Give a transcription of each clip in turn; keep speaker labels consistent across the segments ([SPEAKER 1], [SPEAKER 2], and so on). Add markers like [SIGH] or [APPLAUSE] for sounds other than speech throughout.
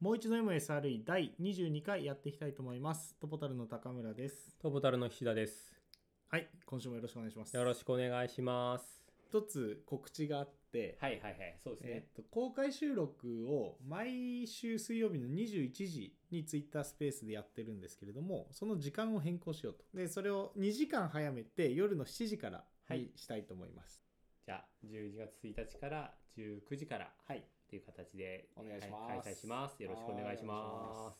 [SPEAKER 1] もう一度 MSRE 第22回やっていきたいと思います。トポタルの高村です。
[SPEAKER 2] トボタルの菱田です。
[SPEAKER 1] はい、今週もよろしくお願いします。
[SPEAKER 2] よろしくお願いします。
[SPEAKER 1] 一つ告知があって、
[SPEAKER 2] はいはいはい、そうです
[SPEAKER 1] えっと公開収録を毎週水曜日の21時に Twitter スペースでやってるんですけれども、その時間を変更しようと。で、それを2時間早めて夜の7時からにしたいと思います。
[SPEAKER 2] じゃあ、12月1日から19時から
[SPEAKER 1] はい。
[SPEAKER 2] という形で
[SPEAKER 1] お願いします
[SPEAKER 2] はい開催します。よろしくお願い
[SPEAKER 1] はいお
[SPEAKER 2] し
[SPEAKER 1] 願いしま
[SPEAKER 2] ま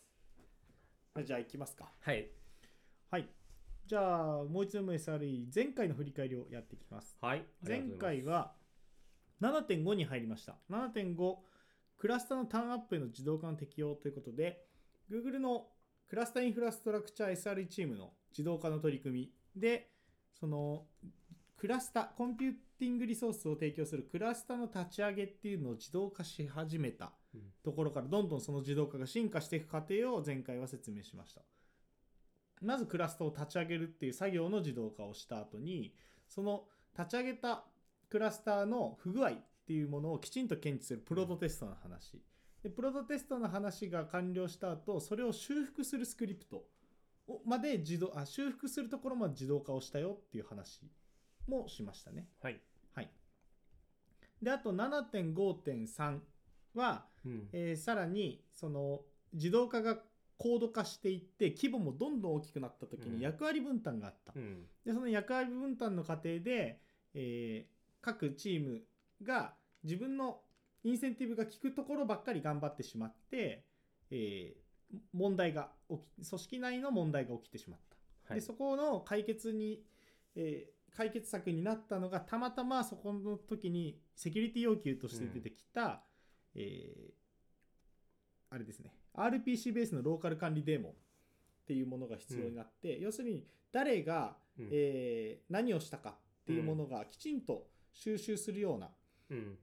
[SPEAKER 2] すす。
[SPEAKER 1] じゃあ行きますか。
[SPEAKER 2] はい、
[SPEAKER 1] はい。じゃあ、もう一度 MSRE 前回の振り返りをやっていきます。
[SPEAKER 2] はい、
[SPEAKER 1] 前回は7.5に入りました7.5クラスターのターンアップへの自動化の適用ということで Google のクラスターインフラストラクチャー SRE チームの自動化の取り組みでそのクラスターコンピューティングリソースを提供するクラスターの立ち上げっていうのを自動化し始めた
[SPEAKER 2] うん
[SPEAKER 1] ところからどんどんその自動化が進化していく過程を前回は説明しましたまずクラスターを立ち上げるっていう作業の自動化をした後にその立ち上げたクラスターの不具合っていうものをきちんと検知するプロトテストの話、でプロトテストの話が完了した後それを修復するスクリプトをまで自動あ修復するところまで自動化をしたよっていう話もしましたね
[SPEAKER 2] はい、
[SPEAKER 1] はいであと7.5.3は、
[SPEAKER 2] うん、
[SPEAKER 1] えーさらにその自動化が高度化していって規模もどんどん大きくなった時
[SPEAKER 2] うん
[SPEAKER 1] に役割分担があった、
[SPEAKER 2] うん、
[SPEAKER 1] でその役割分担の過程で、えー各チームが自分のインセンティブが効くところばっかり頑張ってしまって、えー問題が起き組織内の問題が起きてしまった、
[SPEAKER 2] はい
[SPEAKER 1] でそこの解決に、えー解決策になったのがたまたまそこの時にセキュリティ要求として出てきた、えーあれですね RPC ベースのローカル管理デーモンっていうものが必要になって、要するに誰が、
[SPEAKER 2] うん
[SPEAKER 1] えー何をしたかっていうものがきちんと収集するような
[SPEAKER 2] うん、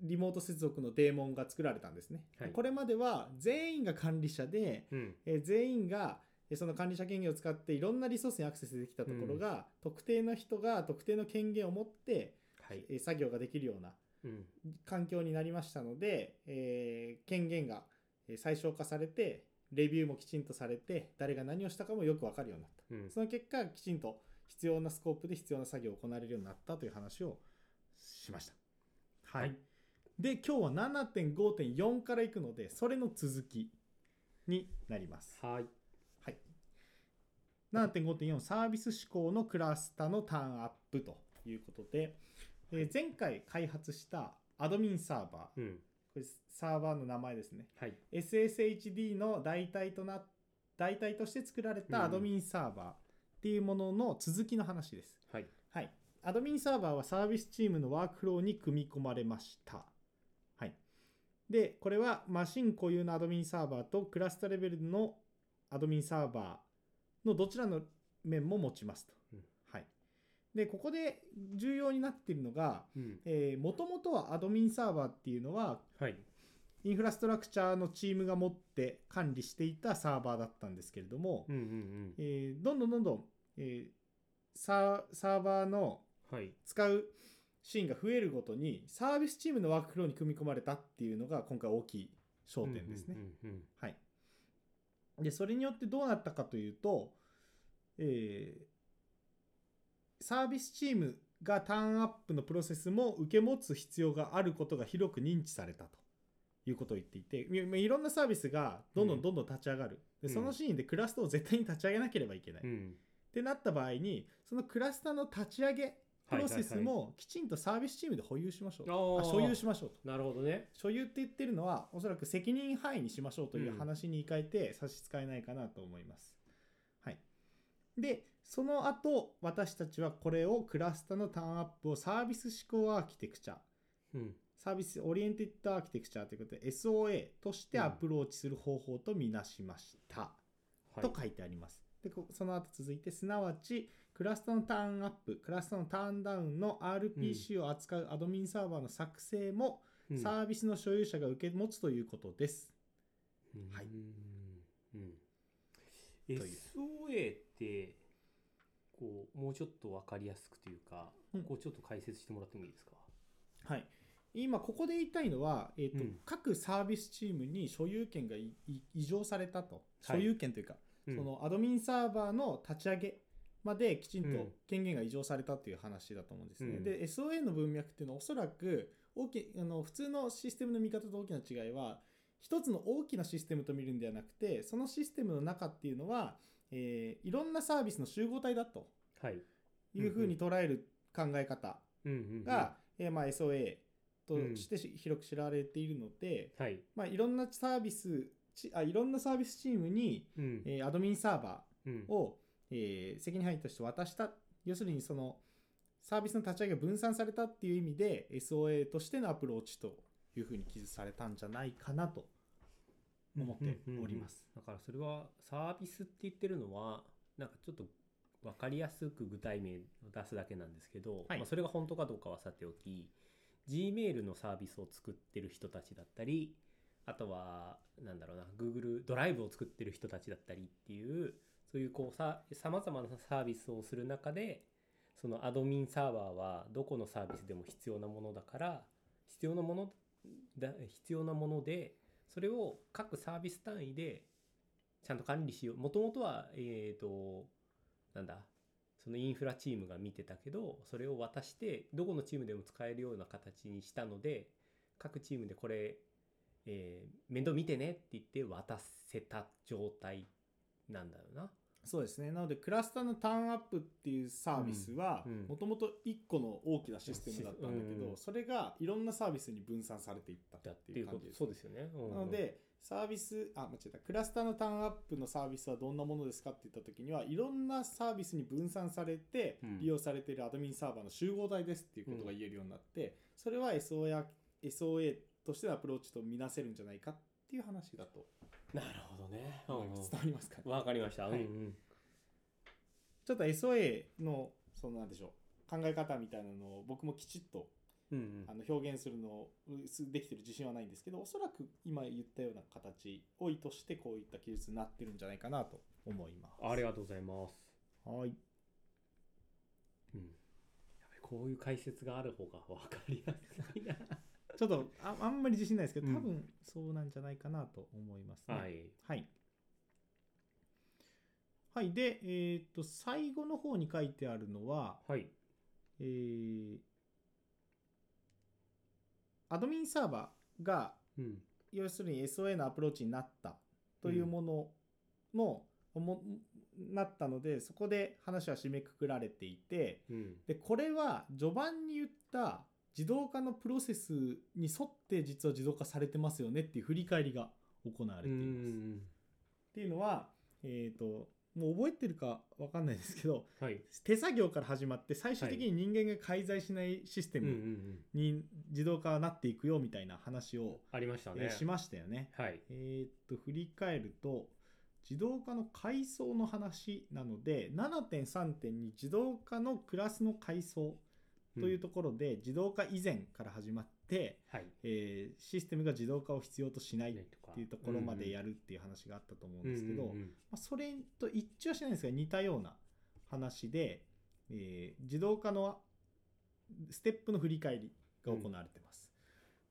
[SPEAKER 1] リモート接続のデーモンが作られたんですね、
[SPEAKER 2] はい
[SPEAKER 1] これまでは全員が管理者で、
[SPEAKER 2] うん、
[SPEAKER 1] えー全員がえーその管理者権限を使っていろんなリソースにアクセスできたところが、特定の人が特定の権限を持って、
[SPEAKER 2] はい、
[SPEAKER 1] えー作業ができるような
[SPEAKER 2] うん、
[SPEAKER 1] 環境になりましたので、えー権限がえー最小化されてレビューもきちんとされて誰が何をしたかもよく分かるようになった、
[SPEAKER 2] うん
[SPEAKER 1] その結果きちんと必要なスコープで必要な作業を行われるようになったという話をしましたはい、
[SPEAKER 2] はい
[SPEAKER 1] で今日は7.5.4からいくのでそれの続きになります
[SPEAKER 2] はい、
[SPEAKER 1] はい7.5.4サービス指向のクラスターのターンアップということで、えー前回開発したアドミンサーバー、
[SPEAKER 2] うん、
[SPEAKER 1] これサーバーの名前ですね。
[SPEAKER 2] はい、
[SPEAKER 1] SSHD の代替とな、代替として作られたアドミンサーバーっていうものの続きの話です。
[SPEAKER 2] はい、
[SPEAKER 1] はい。アドミンサーバーはサービスチームのワークフローに組み込まれました。はい。で、これはマシン固有のアドミンサーバーとクラスタレベルのアドミンサーバーのどちらの面も持ちますと。
[SPEAKER 2] うん
[SPEAKER 1] はい。で、ここで重要になっているのが、
[SPEAKER 2] うん、
[SPEAKER 1] もともとはアドミンサーバーっていうのは
[SPEAKER 2] はい、
[SPEAKER 1] インフラストラクチャーのチームが持って管理していたサーバーだったんですけれども、
[SPEAKER 2] うん、うん、うん、
[SPEAKER 1] えーどんどんどんどん、えーサーサーバーの
[SPEAKER 2] はい、
[SPEAKER 1] 使うシーンが増えるごとにサービスチームのワークフローに組み込まれたっていうのが今回大きい焦点ですね。
[SPEAKER 2] うん。うんうん
[SPEAKER 1] はい、でそれによってどうなったかというと、えーサービスチームがターンアップのプロセスも受け持つ必要があることが広く認知されたということを言っていていまいろんなサービスがどんどんどんどん立ち上がる、
[SPEAKER 2] うん
[SPEAKER 1] でそのシーンでクラスターを絶対に立ち上げなければいけない、
[SPEAKER 2] う
[SPEAKER 1] っ
[SPEAKER 2] ん、
[SPEAKER 1] てなった場合にそのクラスターの立ち上げプロセスもきちんとサービスチームで保有しましょうと、
[SPEAKER 2] あー
[SPEAKER 1] あ所有しましょうと。
[SPEAKER 2] なるほどね。
[SPEAKER 1] 所有って言ってるのはおそらく責任範囲にしましょうという話に変えて差し支えないかなと思います。はい、でその後私たちはこれをクラスターのターンアップをサービス思考アーキテクチャ
[SPEAKER 2] うん、
[SPEAKER 1] サービスオリエンテッドアーキテクチャということで SOA としてアプローチする方法とみなしました。
[SPEAKER 2] はい、
[SPEAKER 1] と書いてあります。でこその後続いてすなわちクラスターのターンアップクラスターのターンダウンの RPC を扱うアドミンサーバーの作成も、
[SPEAKER 2] うん
[SPEAKER 1] サービスの所有者が受け持つということです。はい
[SPEAKER 2] うんうん、
[SPEAKER 1] いう
[SPEAKER 2] SOA ってこうもうちょっと分かりやすくというか、
[SPEAKER 1] うん
[SPEAKER 2] こうちょっと解説してもらってもいいですか
[SPEAKER 1] はい今ここで言いたいのは、えーと
[SPEAKER 2] うん
[SPEAKER 1] 各サービスチームに所有権がいい移譲されたと
[SPEAKER 2] は
[SPEAKER 1] 所
[SPEAKER 2] い
[SPEAKER 1] 有権というか、
[SPEAKER 2] うん
[SPEAKER 1] そのアドミンサーバーの立ち上げまできちん
[SPEAKER 2] う
[SPEAKER 1] と
[SPEAKER 2] ん
[SPEAKER 1] 権限が移譲されたという話だと思うんですね。
[SPEAKER 2] うん
[SPEAKER 1] で SOA の文脈っていうのはおそらく大きあの普通のシステムの見方と大きな違いは一つの大きなシステムと見るんではなくてそのシステムの中っていうのは、えーいろんなサービスの集合体だと
[SPEAKER 2] はい。
[SPEAKER 1] いうふうに捉える考え方
[SPEAKER 2] うんうんうん。
[SPEAKER 1] が、えーまあ、SOA と
[SPEAKER 2] うん
[SPEAKER 1] してし広く知られているので、
[SPEAKER 2] はい。
[SPEAKER 1] まあ、いろんなサービスちあいろんなサービスチームに、
[SPEAKER 2] うん。
[SPEAKER 1] えーアドミンサーバ
[SPEAKER 2] うん
[SPEAKER 1] ーを、えー責任範囲として渡した要するにそのサービスの立ち上げが分散されたっていう意味で SOA としてのアプローチというふうに記述されたんじゃないかなと思っております。
[SPEAKER 2] だからそれはサービスって言ってるのはなんかちょっと分かりやすく具体名を出すだけなんですけど、
[SPEAKER 1] はい
[SPEAKER 2] まあ、それが本当かどうかはさておき Gmail のサービスを作ってる人たちだったりあとはなんだろうな Google ドライブを作ってる人たちだったりっていうそういうこうさまざまなサービスをする中でそのアドミンサーバーはどこのサービスでも必要なものだから必要なものだ必要なものでそれを各サービス単位でちゃんと管理しようもともとはえっ、となんだそのインフラチームが見てたけどそれを渡してどこのチームでも使えるような形にしたので各チームでこれ、えー面倒見てねって言って渡せた状態なんだろうな。
[SPEAKER 1] そうですねなのでクラスターのターンアップっていうサービスは
[SPEAKER 2] うんうん
[SPEAKER 1] もともと1個の大きなシステムだったんだけど、
[SPEAKER 2] うん
[SPEAKER 1] それがいろんなサービスに分散されていった
[SPEAKER 2] だっ
[SPEAKER 1] って
[SPEAKER 2] て
[SPEAKER 1] い
[SPEAKER 2] い
[SPEAKER 1] う
[SPEAKER 2] うこ
[SPEAKER 1] 感
[SPEAKER 2] と
[SPEAKER 1] じです
[SPEAKER 2] そうですよね。うん
[SPEAKER 1] なの、でサービスあ間違えたクラスターのターンアップのサービスはどんなものですかって言った時にはいろんなサービスに分散されて
[SPEAKER 2] うん
[SPEAKER 1] 利用されているアドミンサーバーの集合体ですっていうことが言えるようになって、それは SOA, SOA としてのアプローチと見なせるんじゃないかっていう話だと
[SPEAKER 2] なるほどね。
[SPEAKER 1] 思います伝わりますかね
[SPEAKER 2] わかりました。
[SPEAKER 1] はい
[SPEAKER 2] うん
[SPEAKER 1] ちょっと SOA のそのなんでしょう考え方みたいなのを僕もきちっと
[SPEAKER 2] うんうん
[SPEAKER 1] あの表現するのをすできてる自信はないんですけどおそらく今言ったような形を意図してこういった記述になってるんじゃないかなと思います。
[SPEAKER 2] ありがとうございます。
[SPEAKER 1] はい
[SPEAKER 2] うん、やべこういう解説がある方が分かりやすい
[SPEAKER 1] [LAUGHS]
[SPEAKER 2] な。
[SPEAKER 1] ちょっとああんまり自信ないですけど
[SPEAKER 2] うん
[SPEAKER 1] 多分そうなんじゃないかなと思いますね。
[SPEAKER 2] はい。
[SPEAKER 1] はい、はいで、えーっと最後の方に書いてあるのは、
[SPEAKER 2] はい。
[SPEAKER 1] えーアドミンサーバーが
[SPEAKER 2] うん。
[SPEAKER 1] 要するに SOA のアプローチになったというものの、もなったのでそこで話は締めくくられていて
[SPEAKER 2] うん。
[SPEAKER 1] でこれは序盤に言った自動化のプロセスに沿って実は自動化されてますよねっていう振り返りが行われています。っ
[SPEAKER 2] ん。
[SPEAKER 1] ていうのは、えー、ともう覚えてるか分かんないですけど
[SPEAKER 2] はい。
[SPEAKER 1] 手作業から始まって最終的に人間が介在しないシステ
[SPEAKER 2] うんうんう
[SPEAKER 1] ム
[SPEAKER 2] ん。
[SPEAKER 1] に自動化はなっていくよみたいな話を、
[SPEAKER 2] ありました
[SPEAKER 1] えー
[SPEAKER 2] ね。
[SPEAKER 1] しましたよね。
[SPEAKER 2] はい。
[SPEAKER 1] えーっと、振り返ると、自動化の階層の話なので、7.3.2自動化のクラスの階層というところで、自動化以前から始まって、
[SPEAKER 2] うん。はい。
[SPEAKER 1] えーシステムが自動化を必要としないっ
[SPEAKER 2] とか
[SPEAKER 1] ていうところまでやるっていう話があったと思うん
[SPEAKER 2] うん
[SPEAKER 1] ですけど、
[SPEAKER 2] うんうん
[SPEAKER 1] ま
[SPEAKER 2] うん
[SPEAKER 1] あ、それと一致はしないんですが、似たような話で、えー自動化のステップの振り返りが行われてます。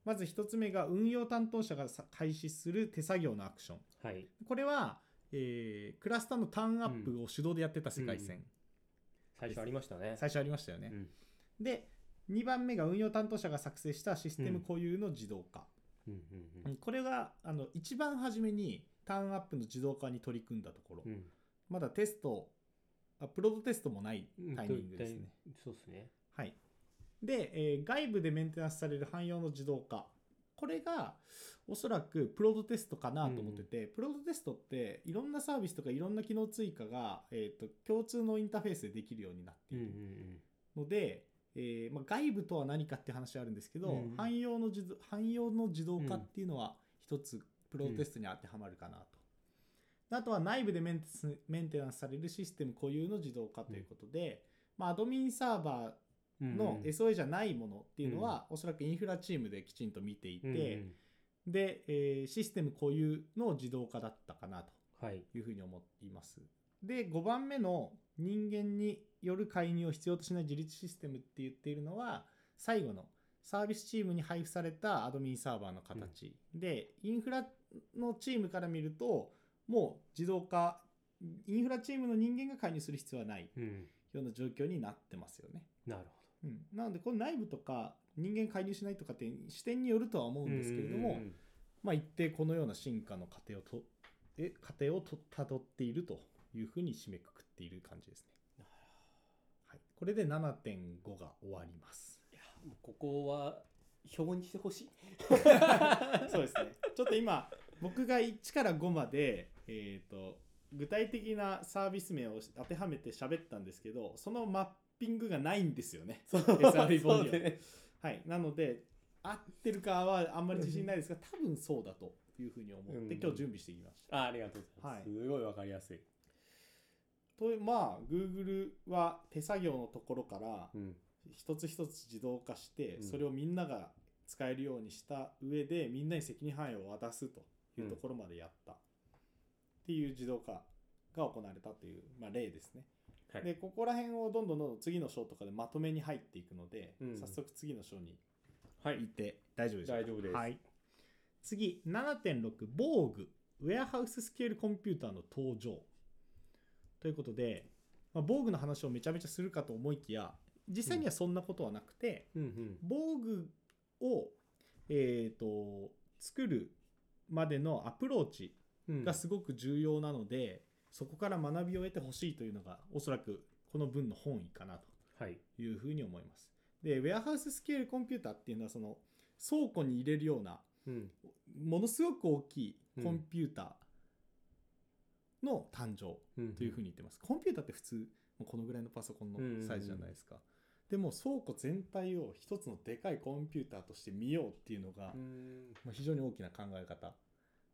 [SPEAKER 1] まず1つ目が運用担当者がさ開始する手作業のアクション。
[SPEAKER 2] はい。
[SPEAKER 1] これは、えークラスターのターンアップを手動でやってた世界線、
[SPEAKER 2] 最初ありましたね。
[SPEAKER 1] 最初ありましたよね
[SPEAKER 2] う、ん。
[SPEAKER 1] で2番目が運用担当者が作成したシステム固有の自動化、
[SPEAKER 2] うんうん
[SPEAKER 1] これがあの一番初めにターンアップの自動化に取り組んだところ、
[SPEAKER 2] うん。うん。
[SPEAKER 1] まだテストあプロトテストもないタイミングですね、
[SPEAKER 2] うん。そうですね。
[SPEAKER 1] はい。で、えー外部でメンテナンスされる汎用の自動化。これが、おそらくプロトテストかなと思ってて、プロトテストって、いろんなサービスとかいろんな機能追加が、えっ、と、共通のインターフェースでできるようになって
[SPEAKER 2] う
[SPEAKER 1] い
[SPEAKER 2] んうん
[SPEAKER 1] るので、えーまあ、外部とは何かっていう話はあるんですけど、
[SPEAKER 2] うん
[SPEAKER 1] 汎用の自動汎用の自動化っていうのは一つプロトテストに当てはまるかなと、であとは内部でメンテスメンテナンスされるシステム固有の自動化ということで、まあ、アドミンサーバ
[SPEAKER 2] うん。
[SPEAKER 1] ーの
[SPEAKER 2] うん
[SPEAKER 1] SOA じゃないものっていうのは、おそらくインフラチームできちんと見ていて、
[SPEAKER 2] うんうん
[SPEAKER 1] で、えーシステム固有の自動化だったかなと
[SPEAKER 2] はい。
[SPEAKER 1] というふうに思っています。で、5番目の人間による介入を必要としない自立システムって言っているのは、最後のサービスチームに配布されたアドミンサーバーの形、でインフラのチームから見るともう自動化インフラチームの人間が介入する必要はないよ
[SPEAKER 2] うん、
[SPEAKER 1] うな状況になってますよね。
[SPEAKER 2] なる
[SPEAKER 1] うん、なのでこの内部とか人間介入しないとかって視点によるとは思
[SPEAKER 2] ほ
[SPEAKER 1] う
[SPEAKER 2] ど
[SPEAKER 1] んですけれども、
[SPEAKER 2] うんうんうん
[SPEAKER 1] まあ、一定このような進化の過程をとえ過程をとたどっているというふうに締めくくっている感じですね。はい、これで7.5が終わります。
[SPEAKER 2] いやもうここは表にしてほしい
[SPEAKER 1] [LAUGHS] そうですね。ちょっと今、僕が1から5まで、えっ、と、具体的なサービス名を当てはめて喋ったんですけど、そのマッピングがないんですよね。
[SPEAKER 2] そう
[SPEAKER 1] SRE ボンディは
[SPEAKER 2] [LAUGHS] そうね
[SPEAKER 1] はい。なので、合ってるかはあんまり自信ないですが、多分そうだというふうに思って、
[SPEAKER 2] うん
[SPEAKER 1] 今日準備してきました。
[SPEAKER 2] あありがとうございます、
[SPEAKER 1] は
[SPEAKER 2] すごいわかりやすい、
[SPEAKER 1] という、まあ、Google は手作業のところから、
[SPEAKER 2] うん、
[SPEAKER 1] 一つ一つ自動化して、
[SPEAKER 2] うん
[SPEAKER 1] それをみんなが使えるようにした上でみんなに責任範囲を渡すというところまでやったっていう自動化が行われたという、まあ、例ですね、
[SPEAKER 2] はい
[SPEAKER 1] でここら辺をどんどんどんどん次の章とかでまとめに入っていくので、
[SPEAKER 2] うん
[SPEAKER 1] 早速次の章に
[SPEAKER 2] は
[SPEAKER 1] 行っ
[SPEAKER 2] い
[SPEAKER 1] て大丈夫でしょうか
[SPEAKER 2] 大丈夫です
[SPEAKER 1] はい、次7.6防具ウェアハウススケールコンピューターの登場ということで、まあ、防具の話をめちゃめちゃするかと思いきや実際にはそんなことはなくて、
[SPEAKER 2] うんうん
[SPEAKER 1] 防具を、えー、と作るまでのアプローチ
[SPEAKER 2] うん
[SPEAKER 1] がすごく重要なので、そこから学びを得てほしいというのがおそらくこの文の本意かなと
[SPEAKER 2] はい
[SPEAKER 1] いうふうに思います。で、ウェアハウススケールコンピューターっていうのはその倉庫に入れるような
[SPEAKER 2] うん
[SPEAKER 1] ものすごく大きいコンピューターの誕生
[SPEAKER 2] うん
[SPEAKER 1] というふうに言ってます。コンピューターって普通もうこのぐらいのパソコンのサイズじゃないですか。でも倉庫全体を一つのでかいコンピューターとして見ようっていうのが、
[SPEAKER 2] うん
[SPEAKER 1] まあ非常に大きな考え方。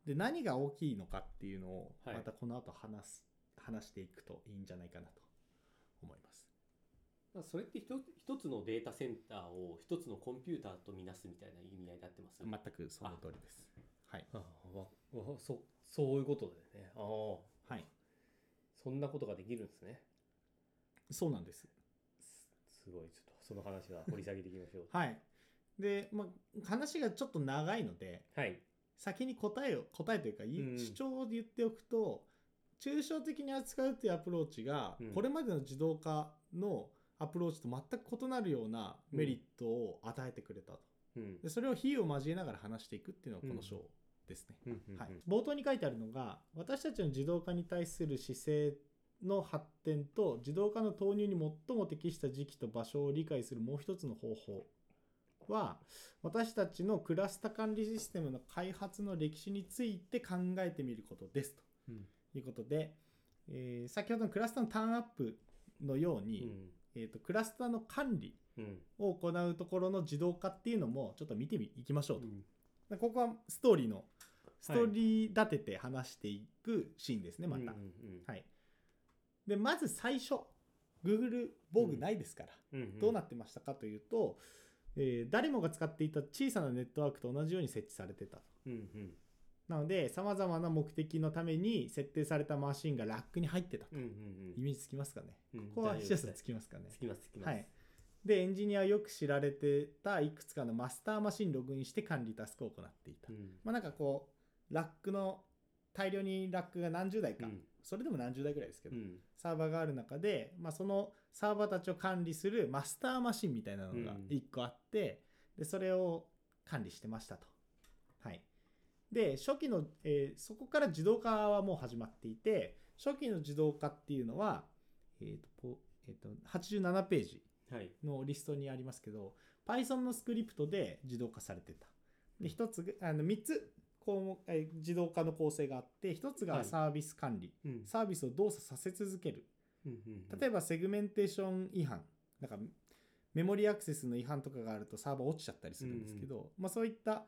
[SPEAKER 1] で何が大きいのかっていうのをま
[SPEAKER 2] はい
[SPEAKER 1] たこの後話す、話していくといいんじゃないかなと思います。
[SPEAKER 2] まあ、それって一つ一つのデータセンターを一つのコンピューターとみなすみたいな意味合いであってます
[SPEAKER 1] 全くその通りです。はい。
[SPEAKER 2] あわわそそういうことだよねああ
[SPEAKER 1] はい。
[SPEAKER 2] そんなことができるんですね
[SPEAKER 1] そうなんです。
[SPEAKER 2] すすごいちょっとその話は掘り下げていきま
[SPEAKER 1] [LAUGHS]
[SPEAKER 2] しょう
[SPEAKER 1] はい。で、まあ、話がちょっと長いので、
[SPEAKER 2] はい
[SPEAKER 1] 先に答えを、答えというか、い
[SPEAKER 2] うん
[SPEAKER 1] 主張を言っておくと、抽象的に扱うというアプローチが、
[SPEAKER 2] うん
[SPEAKER 1] これまでの自動化のアプローチと全く異なるようなメリットを与えてくれたと。
[SPEAKER 2] うん
[SPEAKER 1] でそれを比喩を交えながら話していくっていうのがこの章ですね。
[SPEAKER 2] うんうん
[SPEAKER 1] はい
[SPEAKER 2] うん、
[SPEAKER 1] 冒頭に書いてあるのが私たちの自動化に対する姿勢の発展と自動化の投入に最も適した時期と場所を理解するもう一つの方法は私たちのクラスタ管理システムの開発の歴史について考えてみることです
[SPEAKER 2] うん
[SPEAKER 1] ということで、えー先ほどのクラスターのターンアップのよう
[SPEAKER 2] う
[SPEAKER 1] に、
[SPEAKER 2] ん
[SPEAKER 1] えー、とクラスターの管理
[SPEAKER 2] うん
[SPEAKER 1] を行うところの自動化っていうのもちょっと見てみいきましょうと
[SPEAKER 2] うん
[SPEAKER 1] でここはストーリーのストーリー立てて話していくシーンですね、また、
[SPEAKER 2] うんうん
[SPEAKER 1] はいでまず最初 Google 防具ないですから、
[SPEAKER 2] うん
[SPEAKER 1] どうなってましたかというと、えー誰もが使っていた小さなネットワークと同じように設置されてたと
[SPEAKER 2] うんうん
[SPEAKER 1] なのでさまざまな目的のために設定されたマシンがラックに入ってたと、
[SPEAKER 2] うんうん
[SPEAKER 1] イメージつきますかね、
[SPEAKER 2] うん
[SPEAKER 1] ここは
[SPEAKER 2] 大丈夫
[SPEAKER 1] 菱田さん
[SPEAKER 2] です
[SPEAKER 1] つきますかね
[SPEAKER 2] つきますつきます
[SPEAKER 1] はい、でエンジニアはよく知られてたいくつかのマスターマシンログインして管理タスクを行っていた、
[SPEAKER 2] うん
[SPEAKER 1] まあなんかこう、ラックの、大量にラックが何十台か、
[SPEAKER 2] うん
[SPEAKER 1] それでも何十台ぐらいですけ
[SPEAKER 2] う
[SPEAKER 1] ど、
[SPEAKER 2] ん
[SPEAKER 1] サーバーがある中で、まあ、そのサーバーたちを管理するマスターマシンみたいなのが
[SPEAKER 2] うん
[SPEAKER 1] 1個あって、でそれを管理してましたと。はい、で初期の、えーそこから自動化はもう始まっていて初期の自動化っていうのは、えーとポえー、と87ページ
[SPEAKER 2] はい
[SPEAKER 1] のリストにありますけど Python のスクリプトで自動化されてた。で1つがあの3つ項目えー自動化の構成があって1つ
[SPEAKER 2] は
[SPEAKER 1] が
[SPEAKER 2] い
[SPEAKER 1] サービス管理、
[SPEAKER 2] うん
[SPEAKER 1] サービスを動作させ続ける
[SPEAKER 2] うんうんうん
[SPEAKER 1] 例えばセグメンテーション違反なんかメモリアクセスの違反とかがあるとサーバー落ちちゃったりするんですけど、まあ、そういった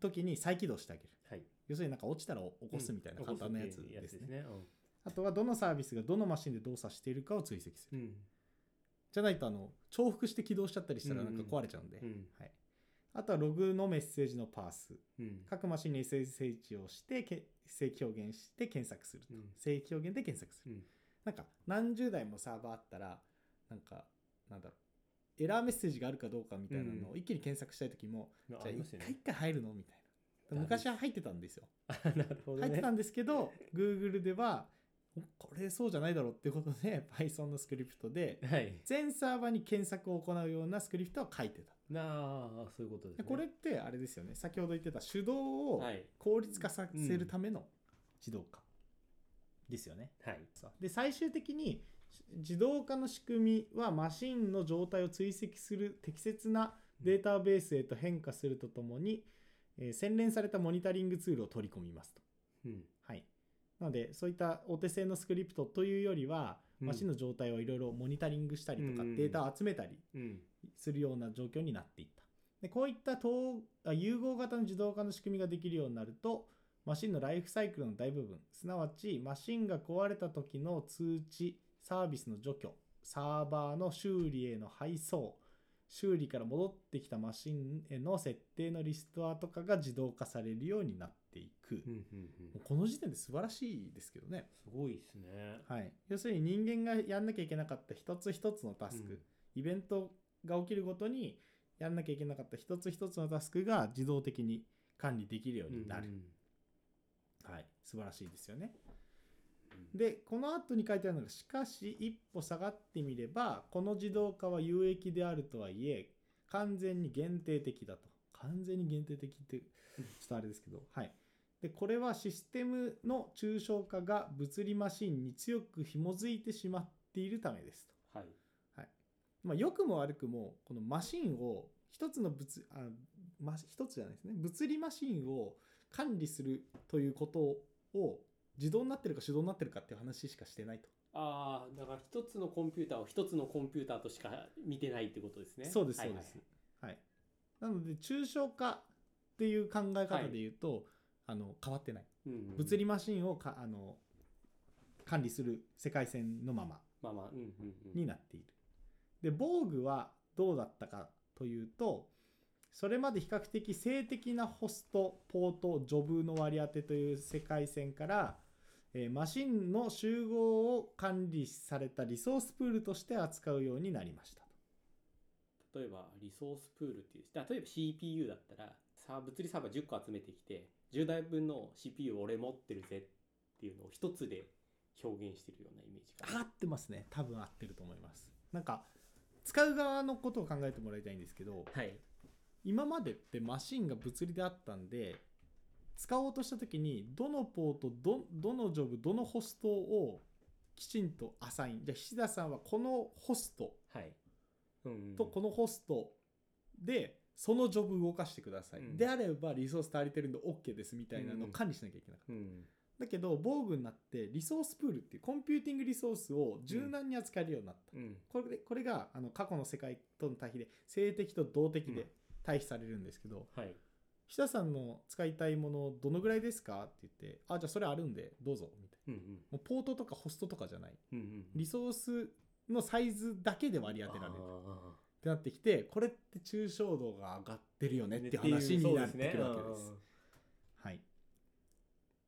[SPEAKER 1] 時に再起動してあげる
[SPEAKER 2] はい
[SPEAKER 1] 要するになんか落ちたら起こすみたいな簡単なやつ
[SPEAKER 2] うん
[SPEAKER 1] ですね,、
[SPEAKER 2] うん
[SPEAKER 1] あとはどのサービスがどのマシンで動作しているかを追跡する、
[SPEAKER 2] うん
[SPEAKER 1] じゃないとあの重複して起動しちゃったりしたらなんか
[SPEAKER 2] うんうん
[SPEAKER 1] 壊れちゃうんで、
[SPEAKER 2] うん
[SPEAKER 1] はい、あとはログのメッセージのパース
[SPEAKER 2] うん
[SPEAKER 1] 各マシンに正規値をしてけ正規表現して検索すると、
[SPEAKER 2] うん
[SPEAKER 1] 正規表現で検索する、
[SPEAKER 2] うん
[SPEAKER 1] なんか何十台もサーバーあったらなんかなんだろうエラーメッセージがあるかどうかみたいなのを一気に検索したい時も、じ
[SPEAKER 2] あ
[SPEAKER 1] ゃあ
[SPEAKER 2] ります
[SPEAKER 1] 一
[SPEAKER 2] よ
[SPEAKER 1] 回
[SPEAKER 2] ね
[SPEAKER 1] 一。回入るのみたいな
[SPEAKER 2] ダメ
[SPEAKER 1] 昔は入ってたんですよ
[SPEAKER 2] [LAUGHS] なるほど
[SPEAKER 1] 入って
[SPEAKER 2] ね
[SPEAKER 1] た。んですけど Google ではおこれそうじゃないだろうってことで Python のスクリプトで
[SPEAKER 2] はい。
[SPEAKER 1] 全サーバーに検索を行うようなスクリプトは書いてた
[SPEAKER 2] なあ、そういうことです
[SPEAKER 1] で
[SPEAKER 2] ね。
[SPEAKER 1] これってあれですよね先ほど言ってた手動を
[SPEAKER 2] はい。
[SPEAKER 1] 効率化させるための自動化ですよね
[SPEAKER 2] はい。
[SPEAKER 1] さで最終的にし自動化の仕組みはマシンの状態を追跡する適切なデータベースへと変化するとともに、えー洗練されたモニタリングツールを取り込みますと。
[SPEAKER 2] うん。
[SPEAKER 1] はい、なのでそういったお手製のスクリプトというよりは、
[SPEAKER 2] うん
[SPEAKER 1] マシンの状態をいろいろモニタリングしたりとか、
[SPEAKER 2] うんうんうん
[SPEAKER 1] データを集めたり
[SPEAKER 2] うん。
[SPEAKER 1] するような状況になっていった。でこういった統あ融合型の自動化の仕組みができるようになるとマシンのライフサイクルの大部分すなわちマシンが壊れた時の通知サービスの除去サーバーの修理への配送修理から戻ってきたマシンへの設定のリストアとかが自動化されるようになっていく、
[SPEAKER 2] うん。う
[SPEAKER 1] も
[SPEAKER 2] ん。うん
[SPEAKER 1] うこの時点で素晴らしいですけどね。
[SPEAKER 2] すごいですね。
[SPEAKER 1] はい、要するに人間がやんなきゃいけなかった一つ一つのタスク、
[SPEAKER 2] うん
[SPEAKER 1] イベントが起きるごとにやんなきゃいけなかった一つ一つのタスクが自動的に管理できるようになる、はい、素晴らしいですよね。
[SPEAKER 2] うん
[SPEAKER 1] でこの後に書いてあるのがしかし一歩下がってみればこの自動化は有益であるとはいえ完全に限定的だと完全に限定的ってちょっとあれですけどはいでこれはシステムの抽象化が物理マシンに強く紐づいてしまっているためですと
[SPEAKER 2] はい。
[SPEAKER 1] まあ、良くも悪くもこのマシンを一つの物あ、ま、一つじゃないですね物理マシンを管理するということを自動になってるか手動になってるかっていう話しかしてないと、
[SPEAKER 2] ああ、だから一つのコンピューターを一つのコンピューターとしか見てないってことですね。
[SPEAKER 1] そうです
[SPEAKER 2] は
[SPEAKER 1] そ
[SPEAKER 2] いうはい
[SPEAKER 1] ですはいなので抽象化っていう考え方で言うと、あの変わってない
[SPEAKER 2] うんうんうん
[SPEAKER 1] 物理マシンをかあの管理する世界線のまま
[SPEAKER 2] まあまあ、うんうんうん。
[SPEAKER 1] になっている。で防具はどうだったかというとそれまで比較的性的なホストポートジョブの割り当てという世界線から、えーマシンの集合を管理されたリソースプールとして扱うようになりました。
[SPEAKER 2] 例えば、リソースプールっていう、例えば CPU だったら、さあ、物理サーバー10個集めてきて、10台分の CPU 俺持ってるぜっていうのを一つで表現してるようなイメージかな
[SPEAKER 1] 合ってますね多分合ってると思います。なんか使う側のことを考えてもらいたいんですけど
[SPEAKER 2] はい。
[SPEAKER 1] 今までってマシンが物理であったんで使おうとした時にどのポートどどのジョブどのホストをきちんとアサインじゃあ菱田さんはこのホスト
[SPEAKER 2] はい。うんうんうん
[SPEAKER 1] とこのホストでそのジョブ動かしてください、
[SPEAKER 2] うん
[SPEAKER 1] であればリソース足りてるんで OK ですみたいなのを
[SPEAKER 2] うん
[SPEAKER 1] 管理しなきゃいけなかった、
[SPEAKER 2] うん。
[SPEAKER 1] だけど防具になってリソースプールっていうコンピューティングリソースを柔軟に扱えるようになった、
[SPEAKER 2] うん。
[SPEAKER 1] これでこれがあの過去の世界との対比で性的と動的
[SPEAKER 2] う
[SPEAKER 1] で
[SPEAKER 2] ん
[SPEAKER 1] 対比されるんですけど、
[SPEAKER 2] はい。
[SPEAKER 1] 久さんの使いたいものどのぐらいですかって言って、あ、じゃあそれあるんでどうぞ、みたい
[SPEAKER 2] うんうん。
[SPEAKER 1] な。もうポートとかホストとかじゃない。
[SPEAKER 2] うんうんうん
[SPEAKER 1] リソースのサイズだけで割り当てられるっ
[SPEAKER 2] あ
[SPEAKER 1] てなってきて、これって抽象度が上がってるよ
[SPEAKER 2] ー
[SPEAKER 1] ね
[SPEAKER 2] ね
[SPEAKER 1] って話になってくるわけ
[SPEAKER 2] そう
[SPEAKER 1] で
[SPEAKER 2] です
[SPEAKER 1] す
[SPEAKER 2] ね。
[SPEAKER 1] はい。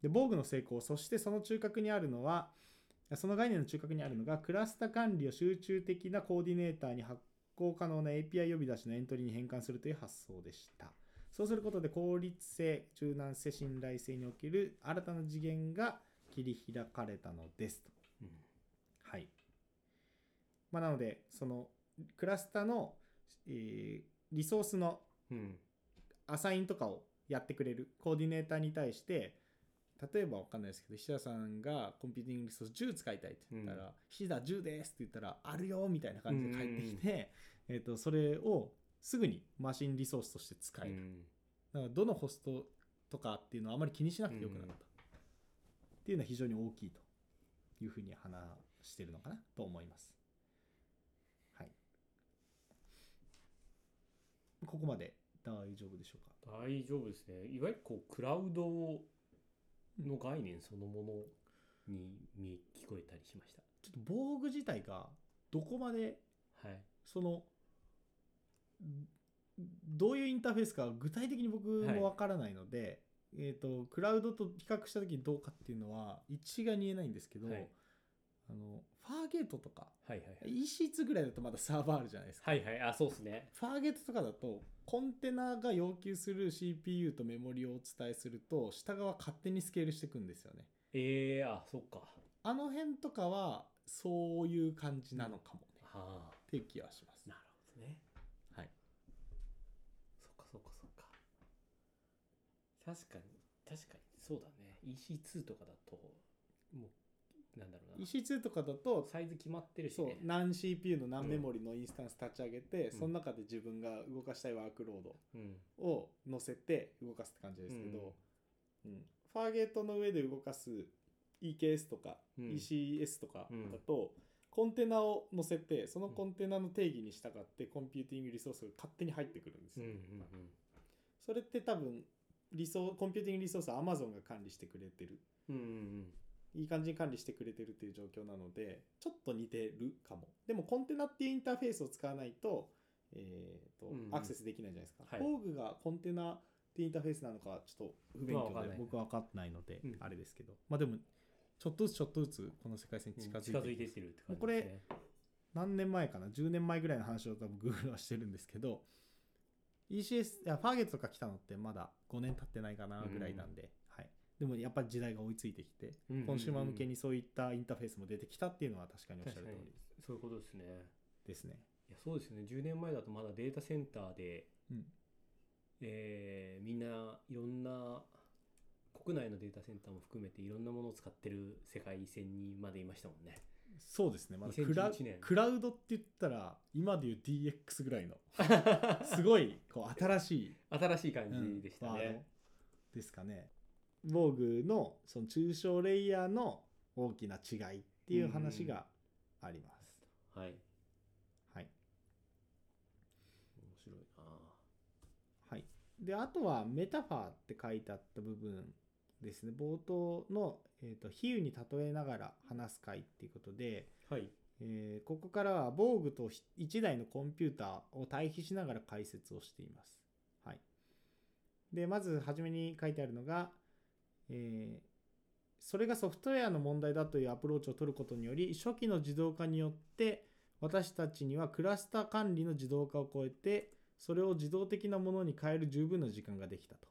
[SPEAKER 1] で、防具の成功、そしてその中核にあるのは、その概念の中核にあるのが、クラスタ管理を集中的なコーディネーターに発行可能な API 呼び出しのエントリーに変換するという発想でした。そうすることで効率性、柔軟性、信頼性における新たな次元が切り開かれたのですと。
[SPEAKER 2] うんうん
[SPEAKER 1] はい。まあ、なので、そのクラスタの、えーリソースの
[SPEAKER 2] うん
[SPEAKER 1] アサインとかをやってくれるコーディネーターに対して例えばわかんないですけど菱田さんがコンピューティングリソース10使いたいって言ったら「菱田10です」って言ったら「あるよ」みたいな感じで返ってきて、えー、とそれをすぐにマシンリソースとして使える、だからどのホストとかっていうのはあまり気にしなくてよくなった、
[SPEAKER 2] うん
[SPEAKER 1] っていうのは非常に大きいというふうに話してるのかなと思います。はい、ここまで大丈夫でしょうか
[SPEAKER 2] 大丈夫ですねいわゆるこうクラウドの概念そのものに見え聞こえたりしまし
[SPEAKER 1] ちょっと防具自体がどこまで
[SPEAKER 2] たはい
[SPEAKER 1] そのんどういうインターフェースか具体的に僕もわからないので、えー、とクラウドと比較した時にどうかっていうのは一概に言えないんですけど、
[SPEAKER 2] はい
[SPEAKER 1] あのファーゲートとか
[SPEAKER 2] はいはいはい
[SPEAKER 1] EC2 ぐらいだとまだサーバーあるじゃないですか
[SPEAKER 2] はいはいあそうですね
[SPEAKER 1] ファーゲートとかだとコンテナが要求する CPU とメモリをお伝えすると下側勝手にスケールしていくんですよね
[SPEAKER 2] ええあそっか
[SPEAKER 1] あの辺とかはそういう感じなのかもね、
[SPEAKER 2] はあ
[SPEAKER 1] っていう気はします
[SPEAKER 2] なるほどね
[SPEAKER 1] はい
[SPEAKER 2] そっかそっかそっか確かに確かにそうだね EC2 とかだともうなんだろうな
[SPEAKER 1] EC2 とかだと
[SPEAKER 2] サイズ決まってるし
[SPEAKER 1] そう
[SPEAKER 2] ね
[SPEAKER 1] 何 CPU の何メモリのインスタンス立ち上げて、
[SPEAKER 2] うん
[SPEAKER 1] その中で自分が動かしたいワークロー
[SPEAKER 2] うん
[SPEAKER 1] ドを乗せて動かすって感じですけど、うんファーゲートの上で動かす EKS とか
[SPEAKER 2] うん
[SPEAKER 1] ECS とかだと、コンテナを乗せてそのコンテナの定義に従ってコンピューティングリソースが勝手に入ってくるんです
[SPEAKER 2] うんう
[SPEAKER 1] よ、
[SPEAKER 2] ん
[SPEAKER 1] それって多分リソコンピューティングリソースは Amazon が管理してくれてる
[SPEAKER 2] うんうんうん
[SPEAKER 1] いい感じに管理してくれてるっていう状況なのでちょっと似てるかもでもコンテナっていうインターフェースを使わないと,、えーと
[SPEAKER 2] うんうん
[SPEAKER 1] アクセスできないじゃないですか、
[SPEAKER 2] はい
[SPEAKER 1] 工具がコンテナっていうインターフェースなのかはちょっと不勉
[SPEAKER 2] まあわ
[SPEAKER 1] 強
[SPEAKER 2] かん
[SPEAKER 1] で、
[SPEAKER 2] ない
[SPEAKER 1] 僕は分かんないので、
[SPEAKER 2] うん
[SPEAKER 1] あれですけどまあでもちょっとずつちょっとずつこの世界線に
[SPEAKER 2] うん
[SPEAKER 1] 近づいて,、
[SPEAKER 2] 近づいてってるって感じ
[SPEAKER 1] これ何年前かな10年前ぐらいの話を多分 Google はしてるんですけど ECS いやファーゲットとか来たのってまだ5年経ってないかなぐらいなんで、はい、でもやっぱり時代が追いついてきて
[SPEAKER 2] うんうんうん
[SPEAKER 1] コンシューマー向けにそういったインターフェースも出てきたっていうのは確かにおっしゃる
[SPEAKER 2] 確か
[SPEAKER 1] 通
[SPEAKER 2] に
[SPEAKER 1] り
[SPEAKER 2] そういうことですね
[SPEAKER 1] ですね。
[SPEAKER 2] いやそうですね10年前だとまだデータセンターで、
[SPEAKER 1] うん
[SPEAKER 2] えーみんないろんな国内のデータセンターも含めていろんなものを使ってる世界線にまでいましたもんね
[SPEAKER 1] そうですね、まだクラ
[SPEAKER 2] 2011年
[SPEAKER 1] クラウドって言ったら今でいう DX ぐらいのすごいこう新しい、
[SPEAKER 2] 新しい感
[SPEAKER 1] うん
[SPEAKER 2] じでした
[SPEAKER 1] ワー
[SPEAKER 2] ね
[SPEAKER 1] ド、ですかね。防具のその中小レイヤーの大きな違いっていう話があります。
[SPEAKER 2] はい
[SPEAKER 1] はい
[SPEAKER 2] 面白いな
[SPEAKER 1] はい、であとはメタファーって書いてあった部分ですね冒頭の、えーと「比喩に例えながら話す会」っていうことで、
[SPEAKER 2] はい
[SPEAKER 1] えーここからは防具とひ1台のコンピューターを対比しながら解説をしています。はい、でまず初めに書いてあるのが、えーそれがソフトウェアの問題だというアプローチを取ることにより初期の自動化によって私たちにはクラスター管理の自動化を超えてそれを自動的なものに変える十分な時間ができたと。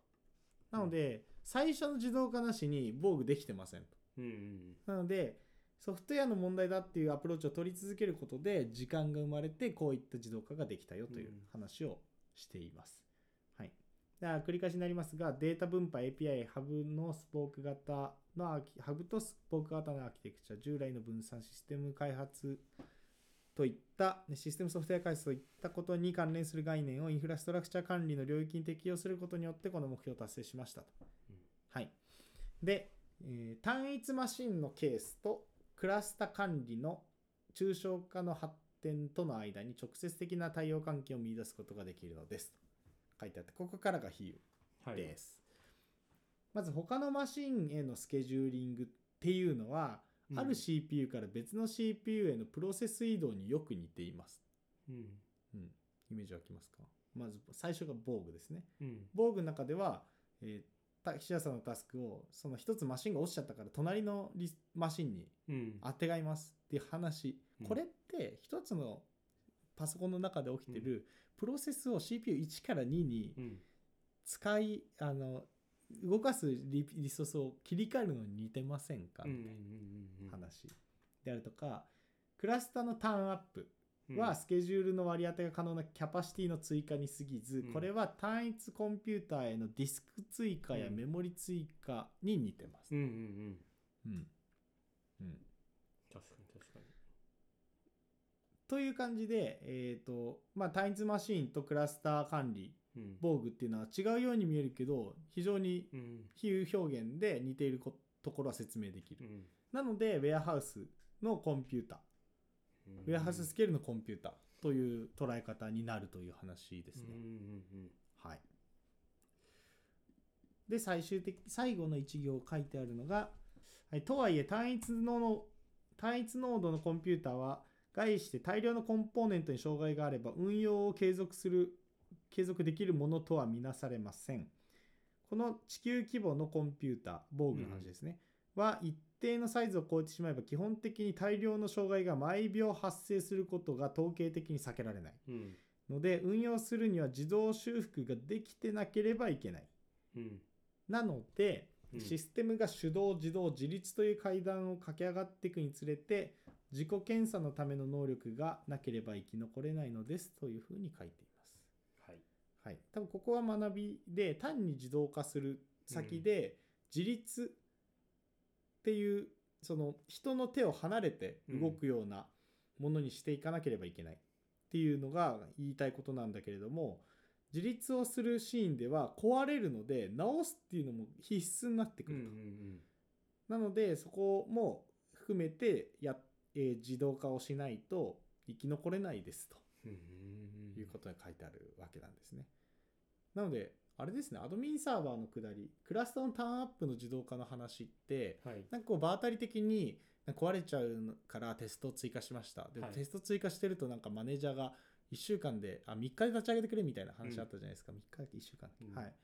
[SPEAKER 1] なので、最初の自動化なしに防具できてませんと。
[SPEAKER 2] うんうん
[SPEAKER 1] なのでソフトウェアの問題だっていうアプローチを取り続けることで時間が生まれてこういった自動化ができたよという
[SPEAKER 2] うん
[SPEAKER 1] 話をしています。はい、では繰り返しになりますがデータ分配 API ハブのスポーク型のアーキハブとスポーク型のアーキテクチャ従来の分散システム開発といったシステムソフトウェア開発といったことに関連する概念をインフラストラクチャー管理の領域に適用することによってこの目標を達成しましたと。
[SPEAKER 2] うん
[SPEAKER 1] はい、で、えー単一マシンのケースとクラスタ管理の抽象化の発展との間に直接的な対応関係を見出すことができるのですと書いてあってここからが比喩
[SPEAKER 2] はい
[SPEAKER 1] です。まず他のマシンへのスケジューリングっていうのは、ある、CPU から別の CPU へのプロセス移動によく似ています。
[SPEAKER 2] うん
[SPEAKER 1] うん、イメージ湧きますかまず最初が防具ですね。
[SPEAKER 2] うん
[SPEAKER 1] 防具の中では、えーた岸田さんのタスクをその一つマシンが落ちちゃったから隣のリスマシンに
[SPEAKER 2] うん、
[SPEAKER 1] あてがいますっていう話、
[SPEAKER 2] うん
[SPEAKER 1] これって一つのパソコンの中で起きてるプロセスを CPU1 から2に
[SPEAKER 2] うん
[SPEAKER 1] 使いあの動かすリリソースを切り替えるのに似てませんか
[SPEAKER 2] うんう
[SPEAKER 1] み
[SPEAKER 2] ん
[SPEAKER 1] たい
[SPEAKER 2] うんうん
[SPEAKER 1] な話であるとかクラスターのターンアップ
[SPEAKER 2] うん
[SPEAKER 1] はスケジュールの割り当てが可能なキャパシティの追加に過ぎず、
[SPEAKER 2] うん
[SPEAKER 1] これは単一コンピューターへのディスク追加や
[SPEAKER 2] うん
[SPEAKER 1] メモリ追加に似てます。
[SPEAKER 2] うんうんうん
[SPEAKER 1] うんうん
[SPEAKER 2] 確かに確かに
[SPEAKER 1] という感じで、えーとまあ、単一マシンとクラスター管理
[SPEAKER 2] うん
[SPEAKER 1] 防具っていうのは違うように見えるけど非常に
[SPEAKER 2] うん
[SPEAKER 1] 比喩表現で似ていることころは説明でき
[SPEAKER 2] う
[SPEAKER 1] る。
[SPEAKER 2] ん
[SPEAKER 1] なのでウェアハウスのコンピュータ
[SPEAKER 2] うん
[SPEAKER 1] ウェアハウススケールのコンピュータという捉え方になるという話ですね。
[SPEAKER 2] うんうんうん
[SPEAKER 1] はい、で最終的最後の1行書いてあるのが、はい、とはいえ単一の単一濃度のコンピューターは概して大量のコンポーネントに障害があれば運用を継続する継続できるものとはみなされませんこの地球規模のコンピューター防具の話ですね、は一定のサイズを超えてしまえば基本的に大量の障害が毎秒発生することが統計的に避けられない
[SPEAKER 2] うん
[SPEAKER 1] ので運用するには自動修復ができてなければいけない。
[SPEAKER 2] うん
[SPEAKER 1] なので、
[SPEAKER 2] うん
[SPEAKER 1] システムが手動自動自律という階段を駆け上がっていくにつれて自己検査のための能力がなければ生き残れないのですというふうに書いています。
[SPEAKER 2] はい
[SPEAKER 1] はい、多分ここは学びで単に自動化する先で自立っていうその人の手を離れて動くようなものにしていかなければいけないっていうのが言いたいことなんだけれども自立をするシーンでは壊れるので直すっていうのも必須になってく
[SPEAKER 2] うんう
[SPEAKER 1] る
[SPEAKER 2] ん
[SPEAKER 1] と。なのでそこも含めてや、えー自動化をしないと生き残れないですと。
[SPEAKER 2] うんうん
[SPEAKER 1] いうことが書いてあるわけなんですね。なので、あれですね、アドミンサーバーの下り、クラスターのターンアップの自動化の話って、
[SPEAKER 2] はい
[SPEAKER 1] なんかこう場当たり的になんか壊れちゃうからテストを追加しました。で、
[SPEAKER 2] はい
[SPEAKER 1] テスト追加してるとなんかマネージャーが1週間で、あ、3日で立ち上げてくれみたいな話あったじゃないですか。3日だっけ、1週間だっけ、
[SPEAKER 2] うん
[SPEAKER 1] はい。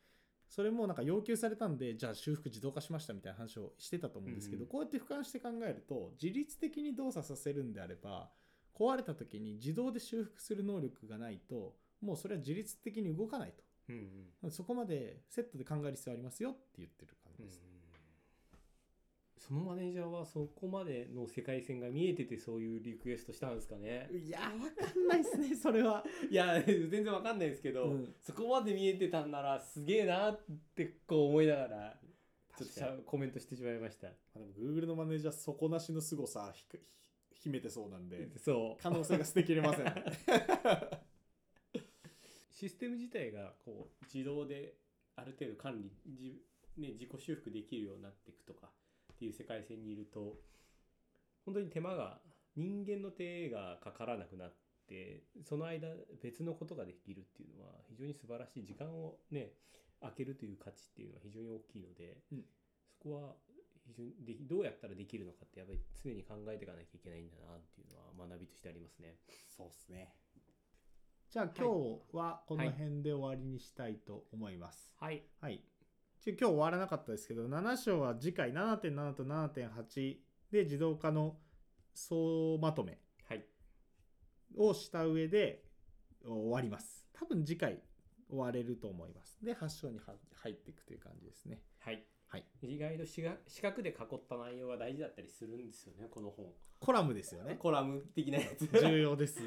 [SPEAKER 1] それもなんか要求されたんで、じゃあ修復自動化しましたみたいな話をしてたと思うんですけど、
[SPEAKER 2] うん
[SPEAKER 1] こうやって俯瞰して考えると、自律的に動作させるんであれば、壊れた時に自動で修復する能力がないともうそれは自律的に動かない
[SPEAKER 2] うんうん
[SPEAKER 1] とそこまでセットで考える必要ありますよって言ってる感じです、
[SPEAKER 2] そのマネージャーはそこまでの世界線が見えててそういうリクエストしたんですかね
[SPEAKER 1] いやわかんないですねそれは、
[SPEAKER 2] いや全然わかんないですけど、
[SPEAKER 1] うん
[SPEAKER 2] そこまで見えてたんならすげえなってこう思いながらちょっとしゃコメントしてしまいました
[SPEAKER 1] まあでも Google のマネージャー底なしの凄さひくひ秘めてそうなんで
[SPEAKER 2] そう
[SPEAKER 1] 可能性が捨てきれません
[SPEAKER 2] システム自体がこう自動である程度管理自,、ね、自己修復できるようになっていくとかっていう世界線にいると本当に手間が人間の手がかからなくなってその間別のことができるっていうのは非常に素晴らしい時間をね空けるという価値っていうのは非常に大きいので、
[SPEAKER 1] うん
[SPEAKER 2] そこは非常にできどうやったらできるのかってやっぱり常に考えていかなきゃいけないんだなっていうのは学びとしてありますね。
[SPEAKER 1] [LAUGHS] そうですねじゃあ今日はこの辺で終わりにしたいと思います、
[SPEAKER 2] はい、
[SPEAKER 1] はい。ちょ今日終わらなかったですけど、7章は次回7.7と7.8で自動化の総まとめ
[SPEAKER 2] はい、
[SPEAKER 1] をした上で終わります。多分次回終われると思います。で、8章には入っていくという感じですね。
[SPEAKER 2] はい。
[SPEAKER 1] はい
[SPEAKER 2] 意外と四角四角で囲った内容が大事だったりするんですよね、この本。
[SPEAKER 1] コラムですよね。
[SPEAKER 2] コラム的なやつ。
[SPEAKER 1] [LAUGHS] 重要です。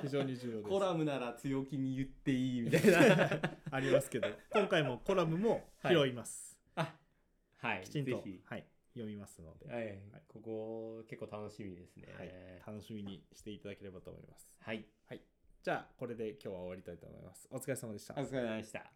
[SPEAKER 1] 非常に重要です。
[SPEAKER 2] コラムなら強気に言っていいみたい
[SPEAKER 1] [LAUGHS]
[SPEAKER 2] な。
[SPEAKER 1] ありますけど、今回もコラムも拾います。
[SPEAKER 2] あはい、
[SPEAKER 1] きちんと、
[SPEAKER 2] ぜひ。
[SPEAKER 1] はい、読みますので、
[SPEAKER 2] はい、
[SPEAKER 1] はい
[SPEAKER 2] ここ結構楽しみですね。
[SPEAKER 1] はい、楽しみにしていただければと思います。
[SPEAKER 2] はい、
[SPEAKER 1] じゃあ、これで今日は終わりたいと思います。お疲れ様でした
[SPEAKER 2] お。疲れ様でした。